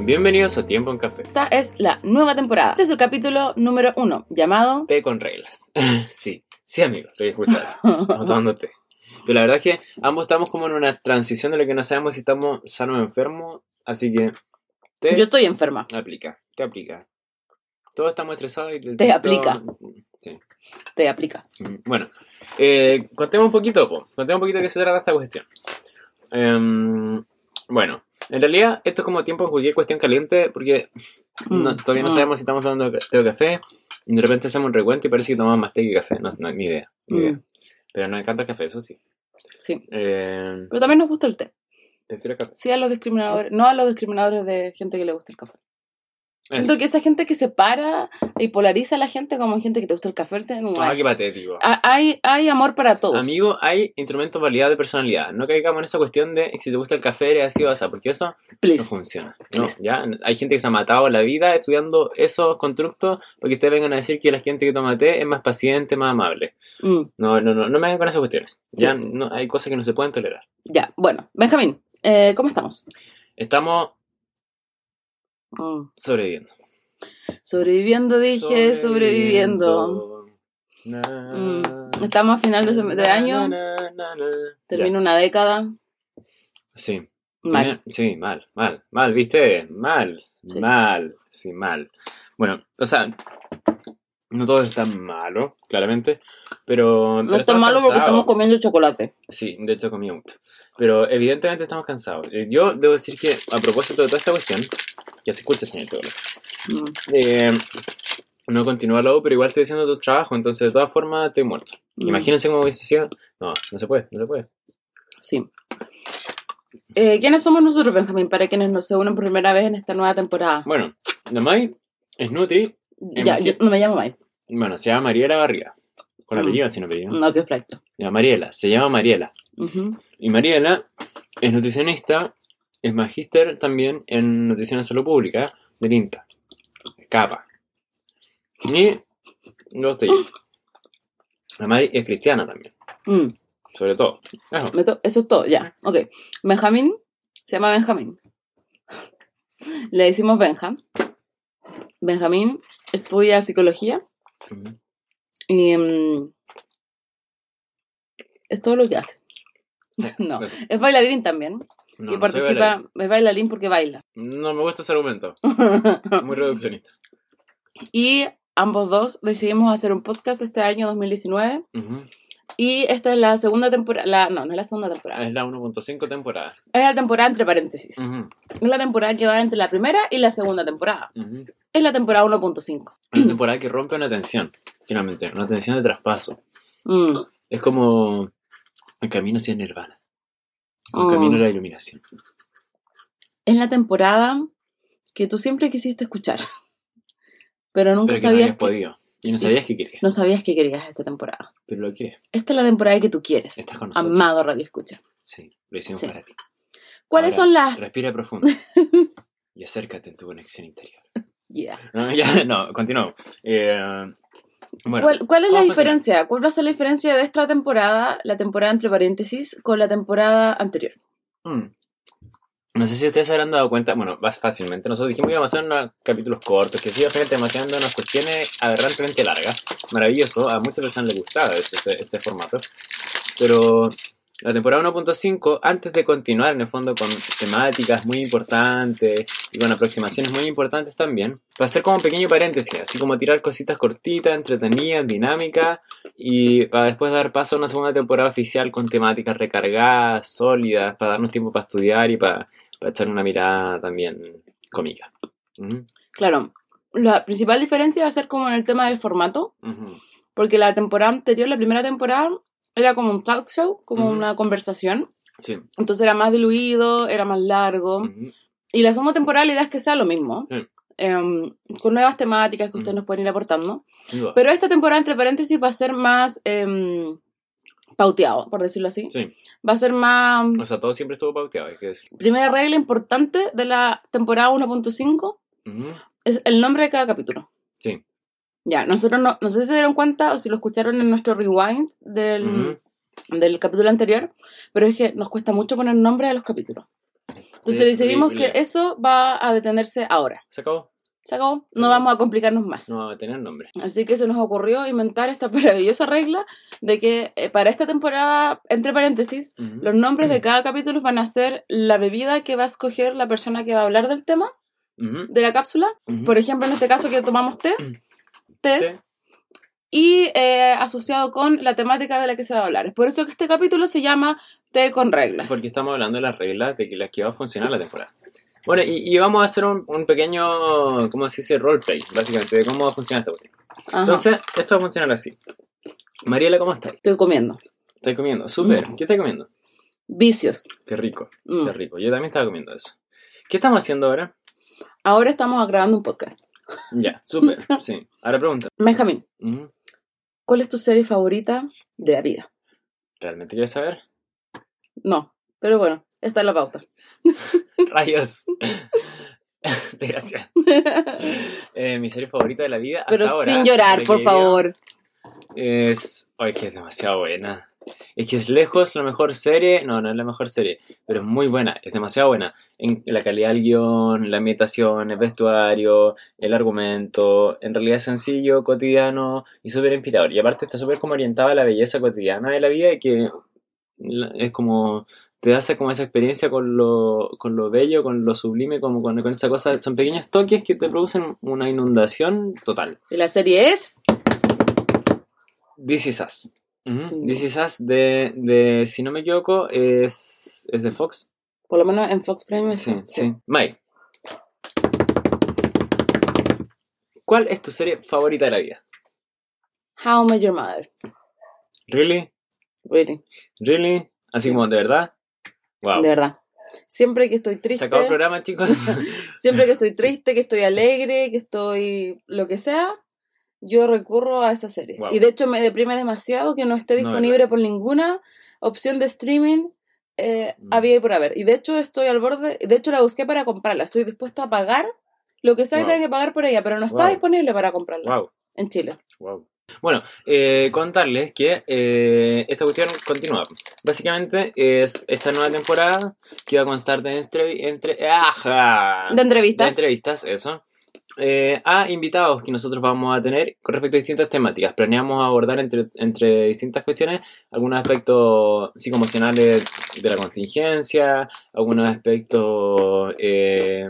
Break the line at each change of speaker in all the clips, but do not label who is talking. Bienvenidos a Tiempo en Café.
Esta es la nueva temporada. Este es el capítulo número uno, llamado...
Té con reglas. sí, sí, amigos, lo disfrutaron. Estamos tomando té. Pero la verdad es que ambos estamos como en una transición de lo que no sabemos si estamos sanos o enfermos. Así que té
Yo estoy enferma.
aplica, te aplica. Todos estamos estresados y te,
aplica.
Sí.
Te aplica.
Mm, Bueno, eh, contemos un poquito, po. contemos un poquito de qué se trata esta cuestión. Em, bueno, en realidad esto es como tiempo de cualquier cuestión caliente porque no-
Mm,
todavía no
mm.
sabemos si estamos tomando ca- té o café y de repente hacemos un recuento y parece que tomamos más té que café, no, no, ni idea. ni idea.
Mm,
Pero nos encanta el café, eso sí.
sí.
Eh,
Pero también nos gusta el té.
prefiero café.
Sí a los discriminadores, no a los discriminadores de gente que le gusta el café.
Eso.
Siento que esa gente que separa y polariza a la gente como gente que te gusta el café, el té, no
Ah,
hay.
qué patético.
Ah, hay, hay amor para todos.
Amigo, hay instrumentos variedad de personalidad. No caigamos en esa cuestión de si te gusta el café, eres así o así, porque eso No
Please.
funciona. No,
Please.
ya, hay gente que se ha matado la vida estudiando esos constructos porque ustedes vengan a decir que la gente que toma té es más paciente, más amable.
Mm,
No, no, no, no me vengan con esas cuestiones. Ya
Sí.
no, hay cosas que no se pueden tolerar.
ya, bueno. Benjamín, eh, ¿cómo estamos?
Estamos
Mm,
sobreviviendo.
Sobreviviendo, dije, sobreviviendo.
Na,
Mm, Estamos a final de, sem- de
na,
año,
na, na, na.
termina una década.
Ya, Sí.
Mal.
Sí, sí, mal, mal, mal, viste, mal,
Sí.
mal, sí, mal. Bueno, o sea, no todo es tan malo, claramente, pero...
No está malo porque estamos comiendo chocolate.
Sí, de hecho comí mucho. Pero evidentemente estamos cansados. Eh, Yo debo decir que, a propósito de toda esta cuestión, ya se escucha, señor Teodoro,
Mm,
eh, no continúa la U, pero igual estoy haciendo tu trabajo, entonces de todas formas estoy muerto.
mm,
Imagínense cómo hubiese sido... No, no se puede, no se puede.
Sí. Eh, ¿Quiénes somos nosotros, Benjamín, para quienes nos se unen por primera vez en esta nueva temporada?
Bueno, Namai es Nutri,
Ya, yo
imagino-
no me llamo May.
Bueno, se llama Mariela Barriga. Con
Mm.
apellido, sin apellido.
No, que fresco.
Ya, Mariela, se llama Mariela.
Ujú,
Y Mariela es nutricionista, es magíster también en nutrición en salud pública del INTA. Capa. Y luego estoy yo. La Mari es cristiana también,
mm,
sobre todo. Eso.
me to- Eso es todo, ya. Ok. Benjamín se llama Benjamín. Le decimos Benja. Benjamín estudia psicología
Ujú.
y. mm, es todo lo que hace. No.
Eso.
Es bailarín también.
No,
y
no soy bailarín.
participa. Es bailarín porque baila.
No me gusta ese argumento. Muy reduccionista.
Y ambos dos decidimos hacer un podcast este año 2019.
Ujú.
Y esta es la segunda temporada. la- no, no es la segunda temporada.
Es la 1.5 temporada.
Es la temporada entre paréntesis.
Ujú,
Es la temporada que va entre la primera y la segunda temporada.
ujú.
Es la temporada 1.5.
Una temporada que rompe una tensión, finalmente. Una tensión de traspaso.
Mm,
Es como el camino hacia Nirvana. Como
Mm.
el camino a la iluminación.
Es la temporada que tú siempre quisiste escuchar. Pero nunca
Pero que no
sabías
habías
que-
podido. Y no sabías que querías.
no sabías que querías esta temporada.
Pero lo quieres.
Esta es la temporada que tú quieres.
Estás con nosotros.
Amado Radio Escucha.
Sí, lo hicimos
Sí.
para ti.
¿Cuáles
Ahora,
son las...?
Respira profundo. y acércate en tu conexión interior.
Yeah.
No, ya, no, continuamos. Eh, bueno,
¿Cuál, cuál es
¿cómo funciona?
la diferencia? ¿Cuál va a ser la diferencia de esta temporada, la temporada entre paréntesis, con la temporada anterior?
mm, no sé si ustedes se habrán dado cuenta. Bueno, más fácilmente. Nosotros dijimos que íbamos a hacer unos capítulos cortos. Que sí, iba a ser demasiado unas cuestiones aberrantemente largas. Maravilloso. A muchas personas les gustaba ese, ese- ese formato. Pero la temporada 1.5, antes de continuar en el fondo con temáticas muy importantes y con aproximaciones muy importantes también, va a ser como un pequeño paréntesis, así como tirar cositas cortitas, entretenidas, dinámicas, y para después dar paso a una segunda temporada oficial con temáticas recargadas, sólidas, para darnos tiempo para estudiar y para, para echar una mirada también cómica. Ujú,
Claro, la principal diferencia va a ser como en el tema del formato,
ujú,
porque la temporada anterior, la primera temporada, era como un talk show, como
Ujú.
una conversación.
Sí.
Entonces era más diluido, era más largo.
ujú.
Y la segunda temporada la idea es que sea lo mismo,
Mm. Sí. Mm.
em, con nuevas temáticas que ustedes
Ujú.
nos pueden ir aportando.
Sin duda.
Pero esta temporada, entre paréntesis, va a ser más em, pauteado, por decirlo así.
Sí.
Va a ser más...
O sea, todo siempre estuvo pauteado, hay que decir.
Primera regla importante de la temporada 1.5
Ujú,
es el nombre de cada capítulo.
Sí.
Ya, nosotros no, no sé si se dieron cuenta o si lo escucharon en nuestro rewind del, del capítulo anterior, pero es que nos cuesta mucho poner nombre a los capítulos. Entonces
Sí,
decidimos que
horrible.
eso va a detenerse ahora.
Se acabó.
¿Se acabó? No
acabó.
vamos a complicarnos más.
No va a tener nombre.
Así que se nos ocurrió inventar esta maravillosa regla de que eh, para esta temporada, entre paréntesis,
Ujú.
los nombres de cada capítulo van a ser la bebida que va a escoger la persona que va a hablar del tema,
Ujú,
de la cápsula.
ujú. Mm.
Por ejemplo, en este caso que tomamos té, té,
Té.
y eh, asociado con la temática de la que se va a hablar. Es por eso que este capítulo se llama té con reglas.
Porque estamos hablando de las reglas de que las que va a funcionar la temporada. Bueno, y, y vamos a hacer un, un pequeño, ¿cómo se dice? Roleplay, básicamente, de cómo va a funcionar esta cuestión.
Ajá.
Entonces, esto va a funcionar así. Mariela, ¿cómo estás?
Estoy comiendo.
¿Estás comiendo? Súper.
Mm.
¿Qué estás comiendo?
Vicios.
Qué rico,
Mm.
qué rico. Yo también estaba comiendo eso. ¿Qué estamos haciendo ahora?
Ahora estamos grabando un podcast.
Ya, súper, sí. Ahora pregunta. Mm,
Benjamín,
Ujú.
¿cuál es tu serie favorita de la vida?
¿Realmente quieres saber?
No, pero bueno, esta es la pauta.
Rayos. Desgracia. Eh, mi serie favorita de la vida. hasta
pero
ahora,
sin llorar, por
diría,
favor.
Es. Ay, que es demasiado buena. Es que es lejos la mejor serie. No, no es la mejor serie, pero es muy buena. Es demasiado buena. En la calidad del guión, la ambientación, el vestuario, el argumento. En realidad es sencillo, cotidiano y súper inspirador. Y aparte está súper como orientada a la belleza cotidiana de la vida y que la- es como. Te hace como esa experiencia con lo, con lo bello, con lo sublime, como con, con esa cosa. Son pequeños toques que te producen una inundación total.
Y la serie es
This Is Us. Ujú,
Mm.
This Is Us de, de, si no me equivoco, es, es de Fox.
Por lo menos en Fox Premium.
Sí, sí. Mike. ¿Cuál es tu serie favorita de la vida?
How I Met Your Mother.
¿Really?
Really,
¿Really? Así como, ¿de verdad? Wow.
de verdad. Siempre que estoy
Se
triste,
acabó el programa, chicos.
siempre que estoy triste, que estoy alegre, que estoy lo que sea, yo recurro a esa serie.
Wow.
Y de hecho me deprime demasiado que no esté
No,
disponible por ninguna opción de streaming eh,
Mm.
había y por haber. Y de hecho estoy al borde, de hecho la busqué para comprarla, estoy dispuesta a pagar lo que sea que
Wow.
tenga que pagar por ella, pero no está
Wow.
disponible para comprarla
wow.
en Chile.
Wow. Bueno, eh, contarles que eh, esta cuestión continúa. Básicamente es esta nueva temporada que va a constar de entre... entre ¡Ajá!
De entrevistas.
De entrevistas, eso. Eh, a invitados que nosotros vamos a tener con respecto a distintas temáticas. Planeamos abordar entre, entre distintas cuestiones algunos aspectos psicoemocionales de la contingencia, algunos aspectos eh,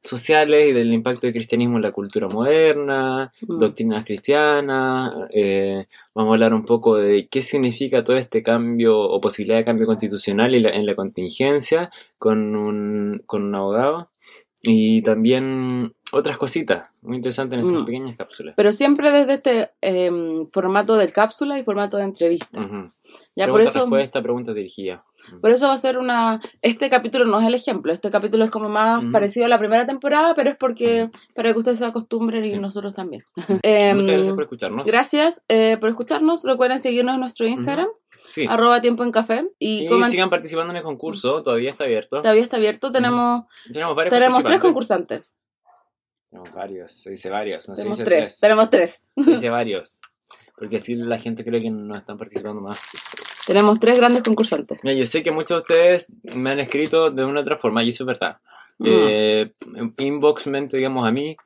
sociales y del impacto del cristianismo en la cultura moderna,
Mm.
doctrinas cristianas. eh, vamos a hablar un poco de qué significa todo este cambio o posibilidad de cambio constitucional y la- en la contingencia con un, con un abogado. Y también otras cositas muy interesantes en estas
Mm.
pequeñas cápsulas.
Pero siempre desde este em, formato de cápsula y formato de entrevista.
Ujú.
Ya
pregunta,
por eso,
respuesta, pregunta dirigida.
por eso va a ser una... Este capítulo no es el ejemplo, este capítulo es como más
Ujú.
parecido a la primera temporada, pero es porque para que ustedes se acostumbren y
Sí.
nosotros también.
Muchas
Em,
gracias por escucharnos.
gracias, eh, por escucharnos. Recuerden seguirnos en nuestro Instagram,
Sí.
arroba tiempo en café. Y,
Y
comen-
sigan participando en el concurso, todavía está abierto.
todavía está abierto, tenemos,
Tenemos varios
tenemos tres
participantes.
concursantes.
Tenemos varios, se dice varios, no se
Tenemos
dice
tres,
tres.
tenemos tres.
Se dice varios. Porque así la gente cree que no están participando más.
Tenemos tres grandes concursantes.
Mira, yo sé que muchos de ustedes me han escrito de una u otra forma, y eso es verdad.
Mm.
Eh, inboxmente, digamos, a mí.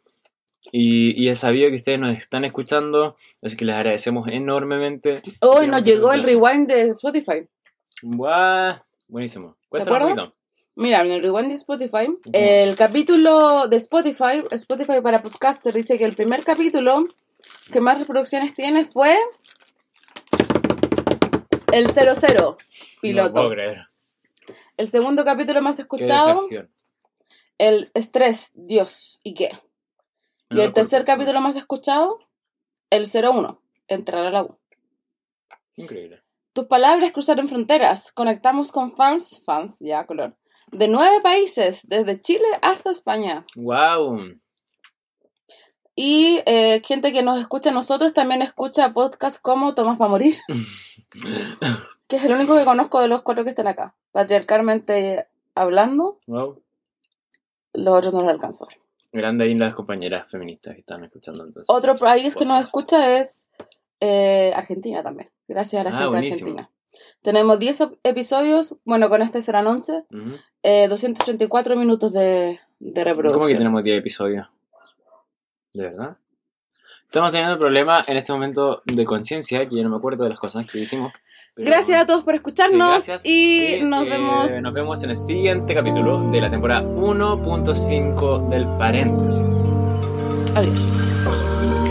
Y, y he sabido que ustedes nos están escuchando, así que les agradecemos enormemente.
Hoy
tenemos
nos
que
llegó el
juntarse.
rewind de Spotify.
¡Buah! Buenísimo. Cuéntanos un
acuerdas?
poquito.
Mira, en el rewind de Spotify, el capítulo de Spotify, Spotify para podcaster, dice que el primer capítulo que más reproducciones tiene fue el 00,
No lo puedo
piloto.
creer.
el segundo capítulo más
Qué
escuchado,
decepción.
el estrés, Dios y qué.
No
y
lo
el tercer
recuerdo.
capítulo más escuchado, el 01, entrar a la U.
Increíble.
Tus palabras cruzaron fronteras. Conectamos con fans, fans, ya, color, de nueve países, desde Chile hasta España.
¡Wow!
Y eh, gente que nos escucha a nosotros también escucha podcasts como Tomás va a morir, que es el único que conozco de los cuatro que están acá. Patriarcalmente hablando,
¡Wow!
los otros no los alcanzo.
Grande ahí las compañeras feministas que están escuchando entonces.
Otro país que nos
Podcast.
escucha es eh, Argentina también. Gracias a la
Ah,
gente de
buenísimo.
argentina. Tenemos 10 ep- episodios, bueno, con este serán 11,
Ujú.
eh, 234 minutos de, de reproducción.
¿Cómo que tenemos 10 episodios? ¿De verdad? Estamos teniendo un problema en este momento de conciencia, que yo no me acuerdo de las cosas que hicimos. pero-
Gracias a todos por escucharnos
Sí, gracias.
y nos
eh,
vemos.
Nos vemos en el siguiente capítulo de la temporada 1.5 del paréntesis.
Adiós.